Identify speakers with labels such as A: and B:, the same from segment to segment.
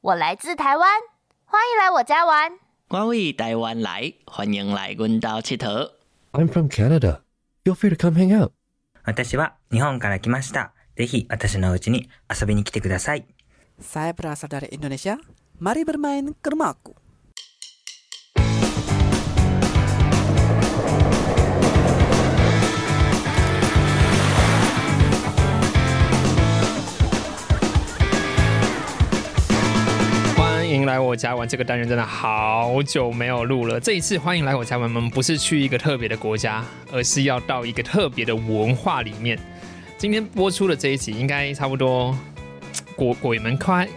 A: 我来自台湾，欢迎来我家玩。
B: 我为台湾来，欢迎来阮家佚佗。
C: I'm from Canada. Feel free to come hang out.
D: 私は日本から来ました。ぜひ私のうちに遊びに来てください。
E: Saya berasal dari Indonesia. Mari bermain ke rumahku.
F: 《欢迎来我家玩》这个单元真的好久没有录了。这一次《欢迎来我家玩》，我们不是去一个特别的国家，而是要到一个特别的文化里面。今天播出的这一集，应该差不多鬼鬼门开，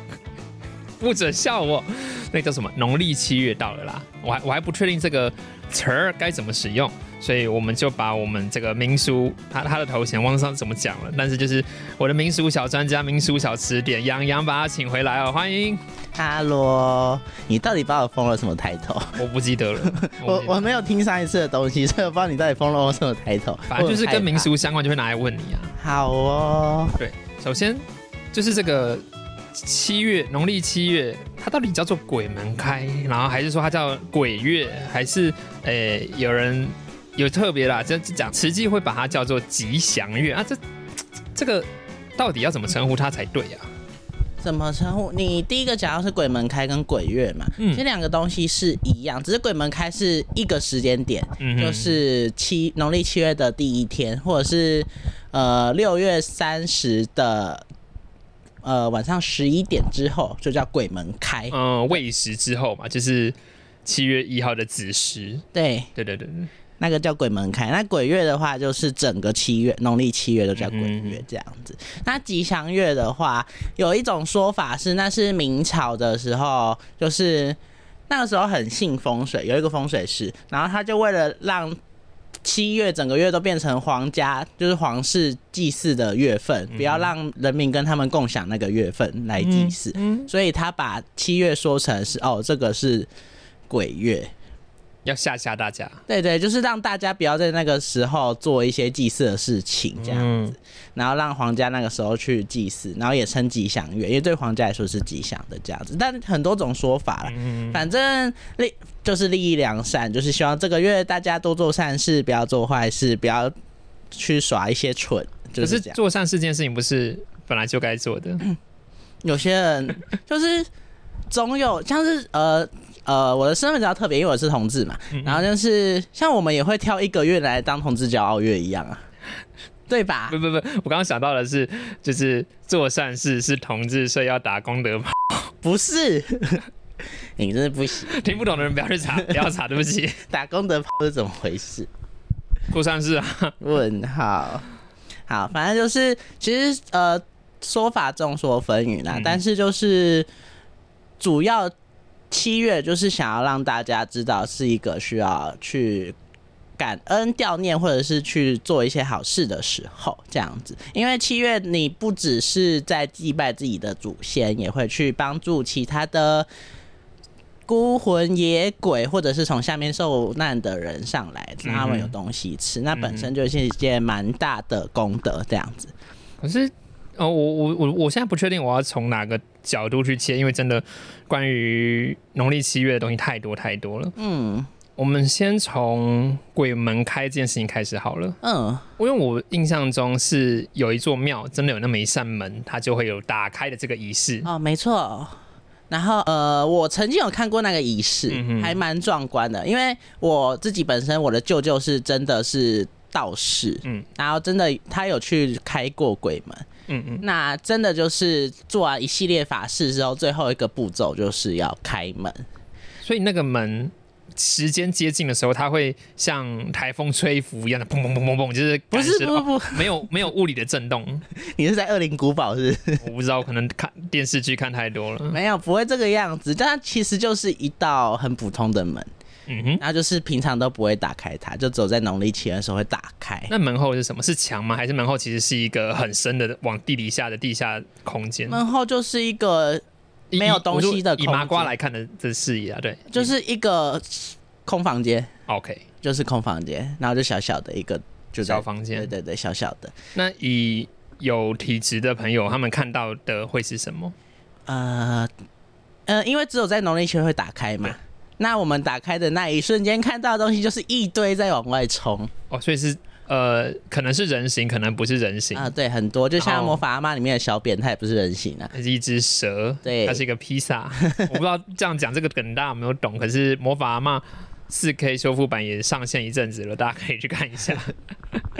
F: 不准笑我。那个叫什么？农历七月到了啦，我还我还不确定这个词儿该怎么使用，所以我们就把我们这个民俗，他他的头衔忘了上怎么讲了，但是就是我的民俗小专家、民俗小词典杨洋把他请回来哦，欢迎。
G: 哈喽，你到底把我封了什么抬头？
F: 我不记得了，
G: 我
F: 不记
G: 我
F: 得
G: 没有听上一次的东西，所以我不知道你到底封了我什么抬头。
F: 反正就是
G: 我
F: 跟
G: 很害
F: 民
G: 怕。
F: 俗相关就会拿来问你啊。
G: 好哦，
F: 首先就是这个七月农历七月，它到底叫做鬼门开，然后还是说它叫鬼月，还是诶、有人有特别啦，这这讲实际会把它叫做吉祥月啊，这这个到底要怎么称呼它才对啊？
G: 怎么称呼？你第一个讲到是鬼门开跟鬼月嘛，
F: 嗯
G: 其实两个东西是一样，只是鬼门开是一个时间点，
F: 嗯哼
G: 就是七农历七月的第一天，或者是呃六月三十的呃晚上十一点之后，就叫鬼门开。
F: 嗯、未时之后嘛，就是七月一号的子时，
G: 对，
F: 对对对对。
G: 那个叫鬼门开。那鬼月的话，就是整个七月，农历七月都叫鬼月这样子。那吉祥月的话，有一种说法是，那是明朝的时候，就是那个时候很信风水，有一个风水师，然后他就为了让七月整个月都变成皇家，就是皇室祭祀的月份，不要让人民跟他们共享那个月份来祭祀，所以他把啊七月说成是哦，这个是鬼月。
F: 要吓吓大家，
G: 对对，就是让大家不要在那个时候做一些祭祀的事情，这样，
F: 嗯，
G: 然后让皇家那个时候去祭祀，然后也称吉祥月，因为对皇家来说是吉祥的这样子。但很多种说法啦，
F: 嗯
G: 反正利就是利益良善，就是希望这个月大家多做善事，不要做坏事，不要去耍一些蠢，就
F: 可是
G: 是这样。
F: 做善事这件事情不是本来就该做的，
G: 有些人就是总有像是呃呃，我的身份比较特别，因为我是同志嘛，然后就是像我们也会挑一个月来当同志骄傲月一样啊，对吧
F: 不？不不，我刚刚想到的是，就是做善事是同志，所以要打功德牌。
G: 不是， 你真是不行，
F: 听不懂的人不要去查，不要查，对不起。
G: 打工的 炮是怎么回事？
F: 做善事啊，
G: 问号。好，反正就是，其实呃，说法众说纷纭啦，
F: 嗯
G: 但是就是主要七月就是想要让大家知道是一个需要去感恩悼念，或者是去做一些好事的时候，这样子。因为七月你不只是在祭拜自己的祖先，也会去帮助其他的。孤魂野鬼，或者是从下面受难的人上来，让他们有
F: 嗯哼
G: 东西吃，那本
F: 嗯哼
G: 身就是一件蛮大的功德，这样子。
F: 可是，呃，我我我我现在不确定我要从哪个角度去切，因为真的关于农历七月的东西太多太多了。
G: 嗯
F: 我们先从鬼门开这件事情开始好了，
G: 嗯，
F: 因为我印象中是有一座庙，真的有那么一扇门，它就会有打开的这个仪式。
G: 哦，没错。然后呃，我曾经有看过那个仪式，
F: 嗯哼
G: 还蛮壮观的。因为我自己本身我的舅舅是真的是道士，
F: 嗯
G: 然后真的他有去开过鬼门，
F: 嗯嗯，
G: 那真的就是做完一系列法事之后，最后一个步骤就是要开门。
F: 所以那个门时间接近的时候，它会像台风吹拂一样的砰砰砰砰砰，就是
G: 不
F: 感
G: 是
F: 知
G: 不
F: 到
G: 不，
F: 没有没有物理的震 动，
G: 你是在恶灵古堡是不是？
F: 我不知道，可能看电视剧看太多了。
G: 没有，不会这个样子。但它其实就是一道很普通的门，
F: 嗯哼，
G: 然后就是平常都不会打开它，就只有在农历七月的时候会打开。
F: 那门后是什么？是墙吗？还是门后其实是一个很深的往地底下的地下空间？
G: 门后就是一个
F: 以
G: 嗯没有东西的
F: 以
G: 空
F: 麻瓜
G: 间
F: 来看的的视野啊，对，
G: 就是一个空房间，
F: OK
G: 就是空房间，然后就小小的一个就在
F: 小房
G: 对
F: 间。
G: 对对，小小的。
F: 那以有体质的朋友，他们看到的会是什么？
G: 呃呃，因为只有在农历七月会打开嘛。那我们打开的那一瞬间看到的东西就是一堆在往外冲
F: 哦，所以是呃，可能是人形，可能不是人形，
G: 啊、对，很多就像
F: 哦
G: 《魔法阿妈》里面的小扁，它也不是人形啊。
F: 它是一只蛇，
G: 对
F: 它是一个披萨。 我不知道这样讲这个梗大家有没有懂，可是魔法阿嬷四 K 修复版也上线一阵子了，大家可以去看一下。嗯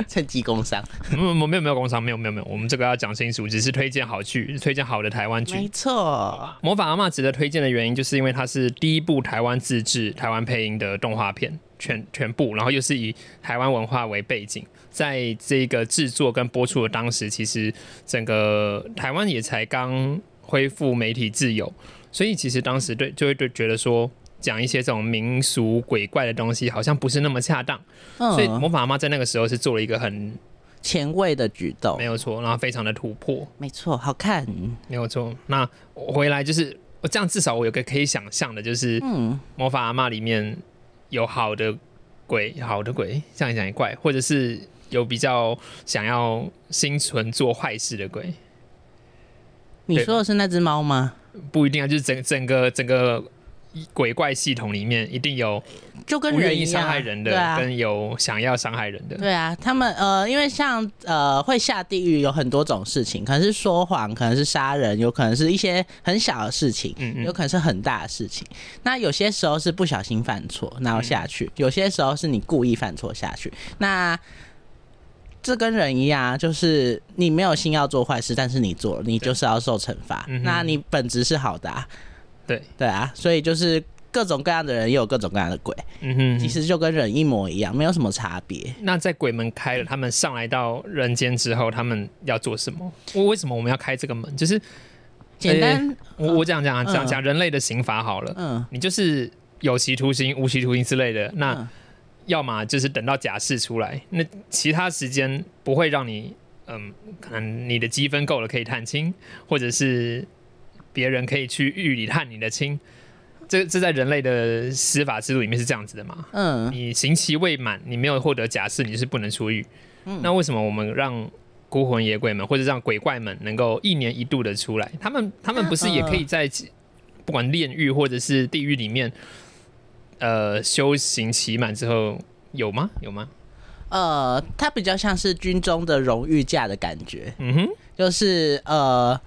G: 趁机工伤，
F: 没有没有没有工伤，没有没有没有，我们这个要讲清楚，只是推荐好剧，推荐好的台湾剧
G: 没。错，
F: 魔法阿嬷值得推荐的原因，就是因为它是第一部台湾自制、台湾配音的动画片，全全部，然后又是以台湾文化为背景，在这个制作跟播出的当时，其实整个台湾也才刚恢复媒体自由，所以其实当时对就会对觉得说。讲一些这种民俗鬼怪的东西，好像不是那么恰当，所以魔
G: 嗯，
F: 法阿妈在那个时候是做了一个很
G: 前卫的举动
F: 没，有错，然后非常的突破。
G: 没错，好看，
F: 没有错。那我回来就是我这样，至少我有个可以想象的，就是
G: 嗯，
F: 魔法阿妈里面有好的鬼，好的鬼，这样讲也怪，或者是有比较想要心存做坏事的鬼，
G: 你
F: 对
G: 说的是那只猫吗？
F: 不一定啊，就是整整个整个。鬼怪系统里面一定有
G: 就跟
F: 不愿
G: 人一
F: 意伤
G: 样啊，
F: 害人的，
G: 对啊，
F: 跟有想要伤害人的。
G: 对啊，他们呃，因为像呃会下地狱有很多种事情，可能是说谎，可能是杀人，有可能是一些很小的事情，
F: 嗯嗯
G: 有可能是很大的事情。那有些时候是不小心犯错，然后下去；有些时候是你故意犯错下去。那这跟人一样啊，就是你没有心要做坏事，但是你做了，你就是要受惩罚。
F: 嗯哼
G: 那你本质是好的、啊，
F: 对
G: 对啊，所以就是各种各样的人也有各种各样的鬼，
F: 嗯哼，
G: 其实就跟人一模一样，没有什么差别。
F: 那在鬼门开了，他们上来到人间之后，他们要做什么？为为什么我们要开这个门？就是
G: 简单，
F: 我我讲讲
G: 嗯
F: 讲讲人类的刑罚好了，
G: 嗯。
F: 你就是有期徒刑、无期徒刑之类的，那
G: 嗯
F: 要么就是等到假释出来，那其他时间不会让你，嗯，可能你的积分够了可以探亲，或者是别人可以去狱里探你的亲，这这在人类的司法制度里面是这样子的嘛？
G: 嗯，
F: 你刑期未满，你没有获得假释，你是不能出狱。
G: 嗯
F: 那为什么我们让孤魂野鬼们，或者让鬼怪们能够一年一度的出来？他们他们不是也
G: 啊
F: 可以在不管炼狱或者是地狱里面，呃，修行期满之后有吗？有吗？
G: 呃，它比较像是军中的荣誉假的感觉，
F: 嗯哼，
G: 就是呃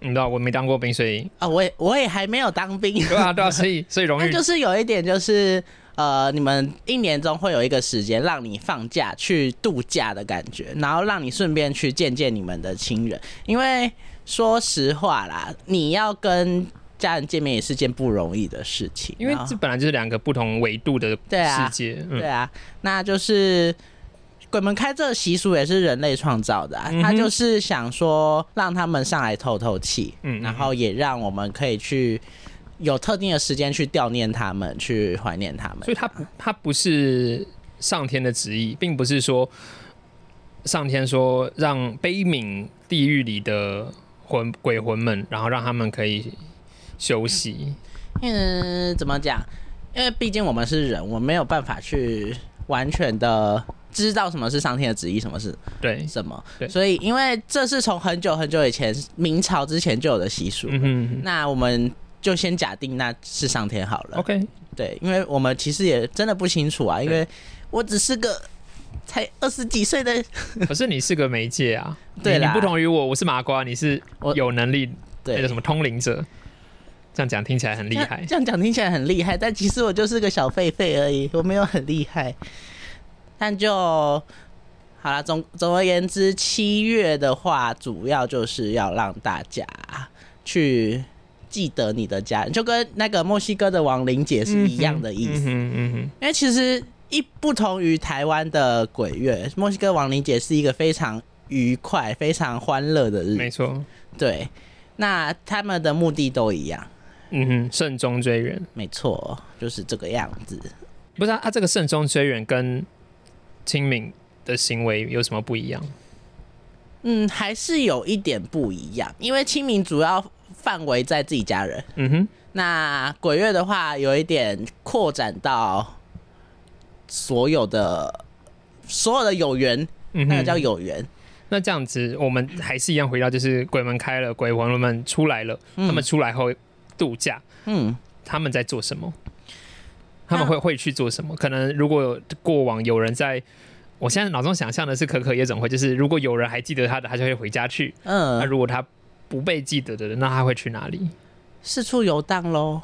F: 你知道我没当过兵，所以
G: 啊，我也我也还没有当兵，
F: 对啊对啊，所以所以 荣
G: 但
F: 誉
G: 就是有一点就是呃，你们一年中会有一个时间让你放假去度假的感觉，然后让你顺便去见见你们的亲人，因为说实话啦，你要跟家人见面也是件不容易的事情，
F: 因为
G: 然后
F: 这本来就是两个不同维度的
G: 啊对啊
F: 世界，
G: 对
F: 嗯
G: 啊，那就是鬼门开这个习俗也是人类创造的、啊，
F: 嗯哼
G: 他就是想说让他们上来透透气，
F: 嗯嗯嗯
G: 然后也让我们可以去有特定的时间去悼念他们，去怀念他们。
F: 所以它不，它不是上天的旨意，并不是说上天说让悲悯地狱里的魂鬼魂们，然后让他们可以休息。
G: 嗯，怎么讲？因为毕竟我们是人，我没有办法去完全的知道什么是上天的旨意，什么是
F: 对，
G: 什么
F: 对。
G: 所以，因为这是从很久很久以前明朝之前就有的习俗，
F: 嗯哼
G: 那我们就先假定那是上天好了。
F: ，OK，
G: 对，因为我们其实也真的不清楚啊，因为我只是个才二十几岁的，
F: 可是你是个媒介 啊，
G: 对
F: 你
G: 啦
F: 你不同于我，我是麻瓜，你是
G: 我
F: 有能力那
G: 对
F: 个，什么通灵者，这样讲听起来很厉害
G: 这样。这样讲听起来很厉害，但其实我就是个小狒狒而已，我没有很厉害。但就好了，总总而言之，七月的话，主要就是要让大家去记得你的家人，就跟那个墨西哥的亡灵节是一样的意思。
F: 嗯哼嗯哼，
G: 因为其实一不同于台湾的鬼月，墨西哥亡灵节是一个非常愉快、非常欢乐
F: 嗯
G: 的
F: 哼
G: 日
F: 没
G: 子。
F: 错。
G: 对，那他们的目的都一样，
F: 嗯哼，慎终追远。
G: 没错，就是这个样子。
F: 不是啊，他这个慎终追远跟清明的行为有什么不一样？
G: 嗯，还是有一点不一样，因为清明主要范围在自己家人，
F: 嗯哼，
G: 那鬼月的话有一点扩展到所有的所有的有缘，
F: 嗯
G: 那
F: 哼，
G: 个叫有缘。
F: 那这样子，我们还是一样回到就是鬼门开了，鬼魂们出来了，他们出来后度假，
G: 嗯，
F: 他们在做什么？他们会会去做什么？可能如果有过往有人在，我现在脑中想象的是可可夜总会，就是如果有人还记得他的，他就会回家去；那、
G: 嗯，
F: 啊如果他不被记得的人，那他会去哪里？，
G: 四处游荡喽。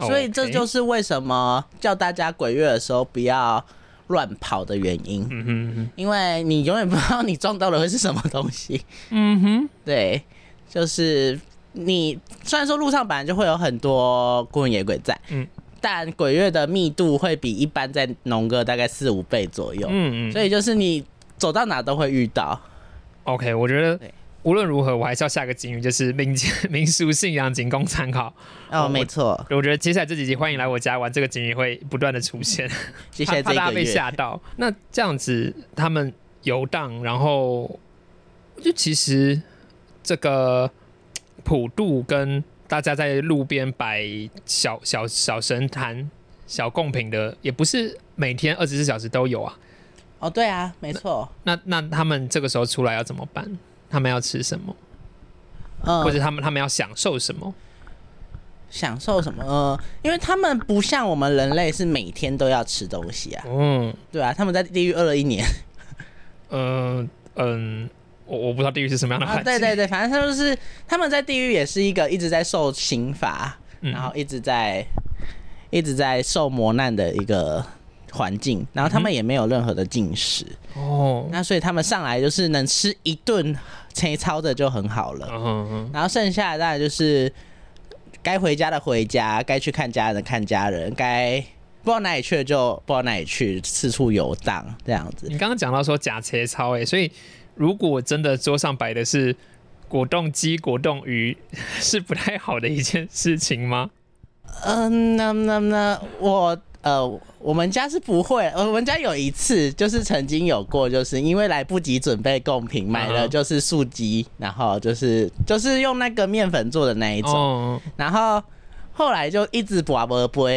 G: 所以这就是
F: 哦
G: 是为什么叫大家鬼月的时候不要乱跑的原因，
F: 嗯哼
G: 因为你永远不知道你撞到的会是什么东西。
F: 嗯哼，
G: 对，就是你虽然说路上本来就会有很多孤魂野鬼在，
F: 嗯
G: 但鬼月的密度会比一般在农哥大概四五倍左右，
F: 嗯嗯，
G: 所以就是你走到哪都会遇到。
F: OK，我觉得
G: 对
F: 无论如何，我还是要下个警语，就是 民间民俗信仰仅供参考。
G: 哦，
F: 我
G: 没错，
F: 我觉得接下来这几集欢迎来我家玩，这个警语会不断的出现，
G: 嗯 接下
F: 怕
G: 来
F: 怕大家
G: 这个
F: 被
G: 月，
F: 吓到。那这样子，他们游荡，然后就其实这个嘖普渡跟大家在路边摆小小小神坛、小贡品的，也不是每天二十四小时都有啊。
G: 哦，对啊，没错，
F: 那那他们这个时候出来要怎么办？他们要吃什么，
G: 嗯
F: 或，者他们他们要享受什么？
G: 享受什么？呃，因为他们不像我们人类是每天都要吃东西啊，
F: 嗯
G: 对啊，他们在地狱饿了一年
F: 嗯嗯，我我不知道地狱是什么样的环
G: 啊，
F: 境。
G: 对对对，反正他就是他们在地狱也是一个一直在受刑罚，
F: 嗯，
G: 然后一直在一直在受磨难的一个环境，然后他们也没有任何的进食，
F: 哦，
G: 那所以他们上来就是能吃一顿切超的就很好了，
F: 嗯嗯
G: 然后剩下的当然就是该回家的回家，该去看家人的看家人，该不知道哪里去的就不知道哪里去，四处游荡这样子。
F: 你刚刚讲到说假切操哎，所以如果真的桌上摆的是果冻鸡、果冻鱼， 是不太好的一件事情吗？
G: 嗯，那那那我呃，我们家是不会，呃我们家有一次就是曾经有过，就是因为来不及准备贡品，买
F: 嗯
G: 了
F: 哼
G: 就是素鸡，然后就是就是用那个面粉做的那一种，
F: 哦，
G: 然后后来就一直不不不，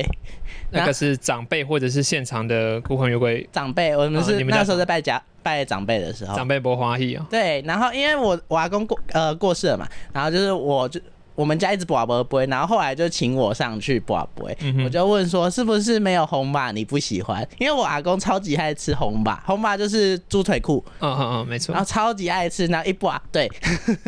F: 那个是长辈或者是现场的孤魂野鬼
G: 长辈，我们
F: 哦
G: 是、
F: 你们家
G: 那时候在拜家拜长辈的时候，
F: 长辈不欢喜啊。
G: 对，然后因为我我阿公过呃过世了嘛，然后就是我就我们家一直卜卜杯，然后后来就请我上去卜杯，
F: 嗯哼
G: 我就问说是不是没有红马你不喜欢？因为我阿公超级爱吃红马，红马就是猪腿裤，
F: 嗯嗯嗯，没错
G: 然。后超级爱吃，然后一卜对，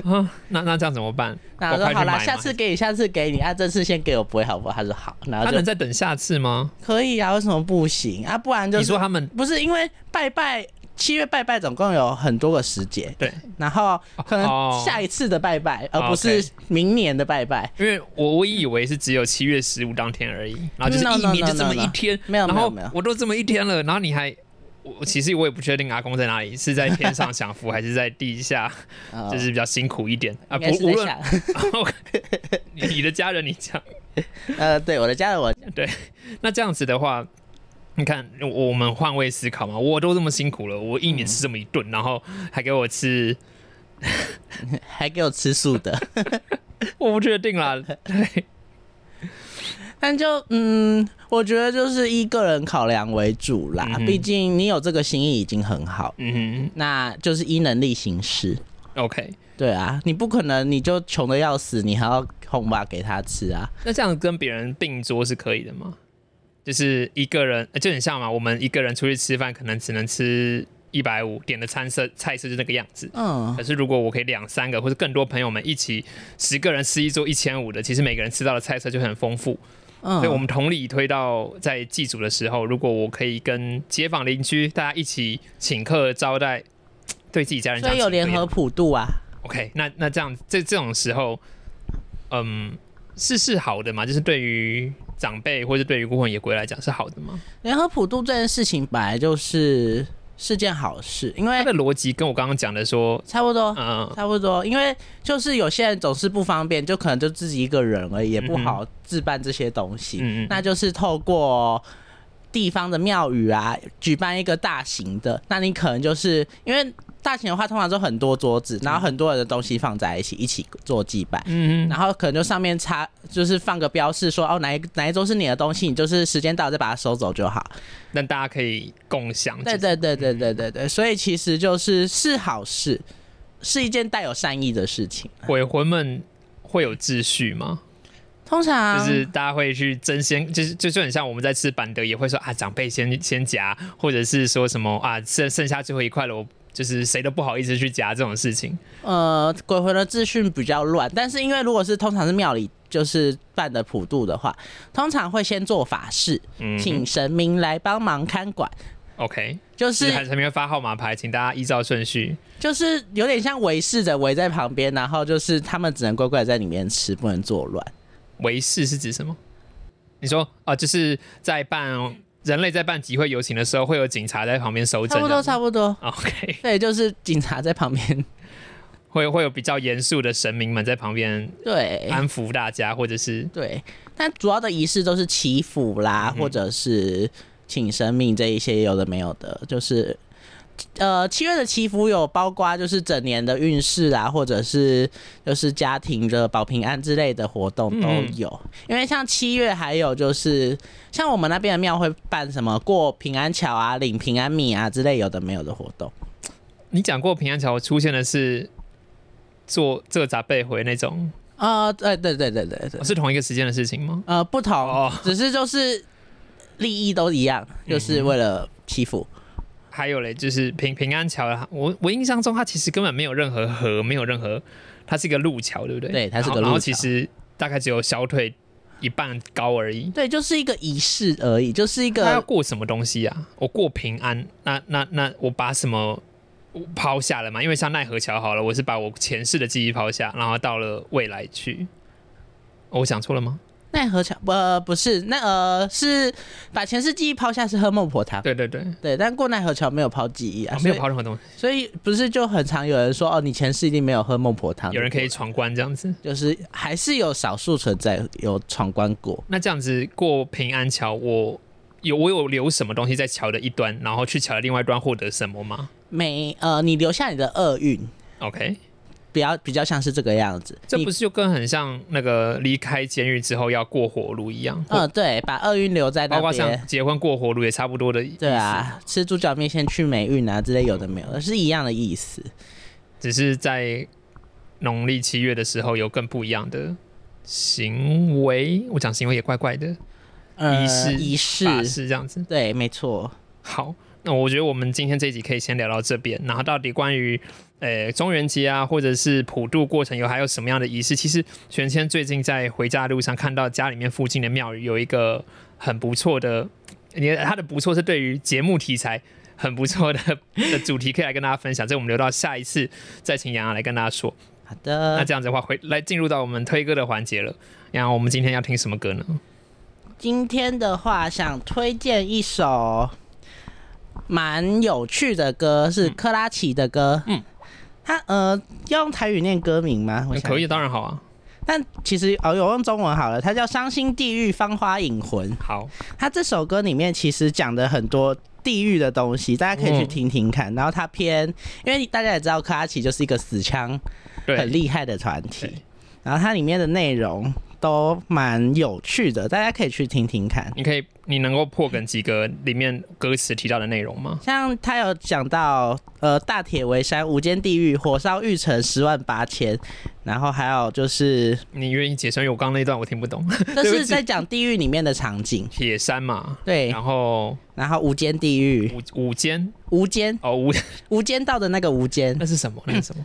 F: 啊那那这样怎么办？
G: 然后
F: 我
G: 说
F: 快去
G: 好啦，
F: 买
G: 下
F: 嘛
G: 次给你，下次给你，啊这次先给我杯好不好？他说好，然后
F: 他
G: 就
F: 能再等下次吗？
G: 可以啊，为什么不行啊？不然就
F: 你
G: 是
F: 说他们
G: 不是因为拜拜。七月拜拜总共有很多个时节，
F: 对，
G: 然后可
F: 哦
G: 能下一次的拜拜，而不
F: OK
G: 是明年的拜拜。
F: 因为我我以为是只有七月十五当天而已，然后就是
G: No, no,
F: 一年
G: no,
F: 就这么
G: no, no.
F: 一天，
G: 没有
F: 然
G: 没有
F: 后
G: 没有
F: 我都这么一天了，然后你还我我其实我也不确定阿公在哪里，是在天上享福还是在地 下，
G: 哦
F: 就是比较辛苦一点啊。
G: 应
F: 不
G: 该是
F: 无
G: 在
F: 论
G: 下
F: 你你的家人你讲，
G: 呃，对，我的家人我
F: 那这样子的话，你看我我们换位思考嘛，我都这么辛苦了，我一年吃这么一顿，然后还给我吃，
G: 还给我吃素 的，
F: 我不确定啦。对，
G: 但就嗯，我觉得就是以个人考量为主啦
F: 嗯，哼
G: 毕竟你有这个心意已经很好，
F: 嗯
G: 那就是依能力行事。
F: 哼，OK。
G: 对啊，你不可能你就穷的要死，你还要红吧给他吃啊？
F: 那这样跟别人并桌是可以的吗？就是一个人，呃就很像嘛，我们一个人出去吃饭，可能只能吃一百五，点的餐色菜色就那个样子。
G: 嗯
F: 可是如果我可以两三个或者更多朋友们一起，十个人吃一桌一千五的，其实每个人吃到的菜色就很丰富。
G: 嗯，
F: 所以我们同理推到在祭祖的时候，如果我可以跟街坊邻居大家一起请客招待，对自己家人讲
G: 所以
F: 请客
G: 有
F: 也
G: 联合普渡啊，
F: OK，那那这样这这种时候，嗯，是是好的嘛？就是对于长辈或者对于孤魂野鬼来讲是好的吗？
G: 联合普渡这件事情本来就是是件好事，因
F: 它
G: 为
F: 的逻辑跟我刚刚讲的说，
G: 差不多，
F: 嗯
G: 差不多，因为就是有些人总是不方便，就可能就自己一个人而已，也不好置办这些东西，
F: 嗯嗯
G: 那就是透过。地方的庙宇啊，举办一个大型的，那你可能就是因为大型的话通常就很多桌子，然后很多人的东西放在一起一起做祭拜。
F: 嗯
G: 然后可能就上面插，就是放个标示说哦哪一哪一周是你的东西，你就是时间到再把它收走就好。
F: 让大家可以共享。
G: 对对对对对对对，所以其实就是是好事，是一件带有善意的事情。啊
F: 鬼魂们会有秩序吗？
G: 通常
F: 就是大家会去争先，就是就是很像我们在吃板德也会说啊，长辈先先夹，或者是说什么啊，剩剩下最后一块了，我就是谁都不好意思去夹这种事情。
G: 呃，鬼魂的秩序比较乱，但是因为如果是通常是庙里就是办的普渡的话，通常会先做法事，
F: 嗯
G: 请神明来帮忙看管，
F: ，OK，
G: 就
F: 就是还
G: 是
F: 还没有发号码牌，请大家依照顺序。
G: 就是有点像围侍着围在旁边，然后就是他们只能乖乖在里面吃，不能作乱。
F: 维氏是指什么？你说啊，就是在办人类在办集会游行的时候，会有警察在旁边守
G: 差
F: 整
G: 不
F: 这样
G: 多，
F: 子。
G: 差不多。
F: OK，
G: 对，就是警察在旁边，
F: 会会有比较严肃的神明们在旁边
G: 对
F: 安抚大家，或者是
G: 对。但主要的仪式都是祈福啦，或者是请神明这一些有的没有的，就是呃七月的祈福有包括就是整年的运势啊，或者是就是家庭的保平安之类的活动都有。因为像七月还有就是像我们那边的庙会办什么过平安桥啊、领平安米啊之类有的没有的活动。
F: 你讲过平安桥出现的是做这杂背回那种，
G: 呃，对对对对对对
F: 哦，是同一个时间的事情吗？
G: 呃，不同，
F: 哦
G: 只是就是利益都一样，就是为了欺负。
F: 还有嘞，就是平平安桥，我我印象中它其实根本没有任何河，没有任何，它是一个路桥，对不对？
G: 对它是
F: 然
G: 个
F: 后然后
G: 路桥
F: 其实大概只有小腿一半高而已。
G: 对，就是一个仪式而已，就是一
F: 他要
G: 个
F: 过什么东西啊？我过平安，那那那我把什么抛下了嘛？因为像奈何桥好了，我是把我前世的记忆抛下，然后到了未来去。哦我想错了吗？
G: 奈何桥，呃，不是，那呃是把前世记忆抛下是喝孟婆汤。
F: 对对对，哦
G: 对，但过奈何桥没有抛记忆啊，
F: 没
G: 所
F: 有
G: 以
F: 抛任何东西，
G: 所以不是就很常有人说哦，你前世一定没有喝孟婆汤。
F: 有人可以闯关这样子。
G: 就是还是有少数存在有闯关过，
F: 那这样子过平安桥，我有我有留什么东西在桥的一端，然后去桥的另外一端获得什么吗
G: 没呃你留下你的厄运，
F: ？OK，
G: 比较比较像是这个样子。
F: 这
G: 你
F: 不是就跟很像那个离开监狱之后要过火炉一样，
G: 嗯对，把厄运留在那
F: 包括
G: 边。
F: 像结婚过火炉也差不多的意思。
G: 对啊，吃猪脚面线去霉运啊之类有的没有的，是一样的意思。
F: 只是在农历七月的时候有更不一样的行为。我讲行为也怪怪的，
G: 呃
F: 仪式、
G: 仪
F: 法
G: 式，
F: 事这样子。
G: 对，没错。
F: 好，那我觉得我们今天这一集可以先聊到这边。然后到底关于呃中元节啊，或者是普渡过程有还有什么样的仪式？其实玄谦最近在回家的路上看到家里面附近的庙宇有一个很不错的，你它的不错是对于节目题材。很不错的 的主题可以来跟大家分享，这我们留到下一次再请杨洋来跟大家说。
G: 好
F: 那
G: 的，
F: 这样子的话，回来进入到我们推歌的环节了。然后我们今天要听什么歌呢？
G: 今天的话想推荐一首蛮有趣的歌，
F: 嗯
G: 是克拉奇的歌。嗯，他呃要用台语念歌名吗？我
F: 嗯
G: 想
F: 可以，，当然好啊。
G: 但其实哦，有用中文好了，它叫《伤心地狱芳花引魂》。
F: 好，
G: 他这首歌里面其实讲的很多地狱的东西，大家可以去
F: 嗯
G: 听听看。然后他偏，因为大家也知道，克拉奇就是一个死腔
F: 对，
G: 很厉害的团
F: 对
G: 体，然后它里面的内容都蛮有趣的，大家可以去听听看。
F: 你可以，你能够破梗几个里面歌词提到的内容吗？
G: 像他有讲到，呃，大铁围山、无间地狱、火烧玉城、十万八千，然后还有就是，
F: 你愿意解释？因为我刚刚那一段我听不 懂。
G: 这
F: 对不
G: 是
F: 起
G: 在讲地狱里面的场景。
F: 铁山嘛，
G: 对，
F: 然后
G: 然后无间地狱、
F: 五五间
G: 无间、
F: 哦五，
G: 无间道的那个无间
F: 那，是什么？那是 什么？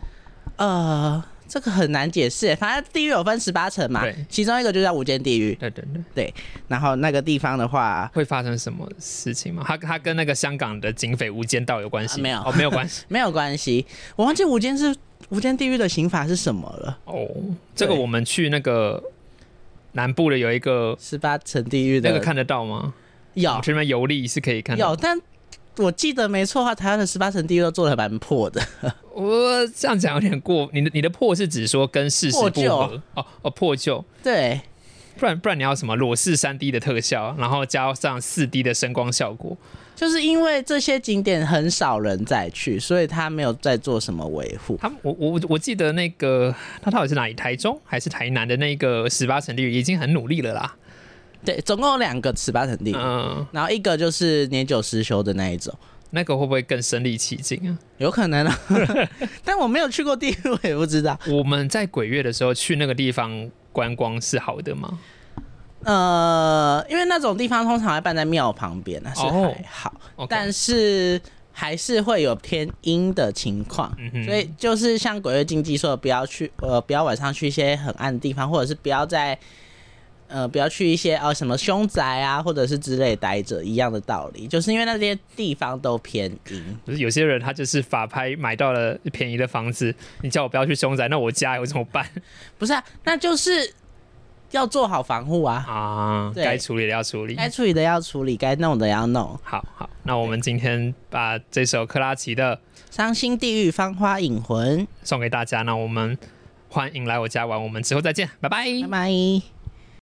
G: 呃，这个很难解释耶。反正地狱有分十八层嘛
F: 对，
G: 其中一个就叫无间地狱。
F: 对对对，
G: 然后那个地方的话，
F: 会发生什么事情吗？它它跟那个香港的警匪《无间道》有关系？
G: 啊没有
F: 哦，没有关 系
G: 没有关系，我忘记无间是无间地狱的刑罚是什么了。
F: 哦。这个我们去那个南部的有一个，
G: 十八层地狱的哦
F: 那个看得到吗？我
G: 有
F: 去那边游历是可以看到
G: 有，。但我记得没错的话，台湾的十八层地狱都做的蛮破的。
F: 我这样讲有点过，你的你的破是指说跟事实
G: 破
F: 不
G: 旧
F: 合哦哦破旧，
G: 对，
F: 不然不然你要什么裸视三 D 的特效，然后加上四 D 的声光效果，
G: 就是因为这些景点很少人再去，所以他没有在做什么维护。
F: 他们我我我记得那个他到底是哪里？台中还是台南的那个十八层地狱已经很努力了啦。
G: 对，总共有两个十八层地狱，
F: 嗯，
G: 然后一个就是年久失修的那一种，
F: 那个会不会更身临其境啊？
G: 有可能啊。 但我没有去过地狱，我也不知道。
F: 我们在鬼月的时候去那个地方观光是好的吗？
G: 呃，因为那种地方通常会办在庙旁边，啊那是
F: 哦
G: 还好
F: OK
G: 但是还是会有偏阴的情况。
F: 嗯哼
G: 所以就是像鬼月禁忌说的，不要去呃，不要晚上去一些很暗的地方，或者是不要在呃，不要去一些呃什么凶宅啊，或者是之类待着，一样的道理，就是因为那些地方都偏阴。
F: 就是有些人他就是法拍买到了便宜的房子，你叫我不要去凶宅，那我家有怎么办
G: 不是啊，那就是要做好防护啊，
F: 啊？
G: 对
F: 该处理的要处理。
G: 该处理的要处理，该弄的要弄。
F: 好好，那我们今天把这首克拉奇的
G: 伤心地狱，芳花引魂，
F: 送给大家，那我们欢迎来我家玩，我们之后再见，拜拜
G: 拜拜。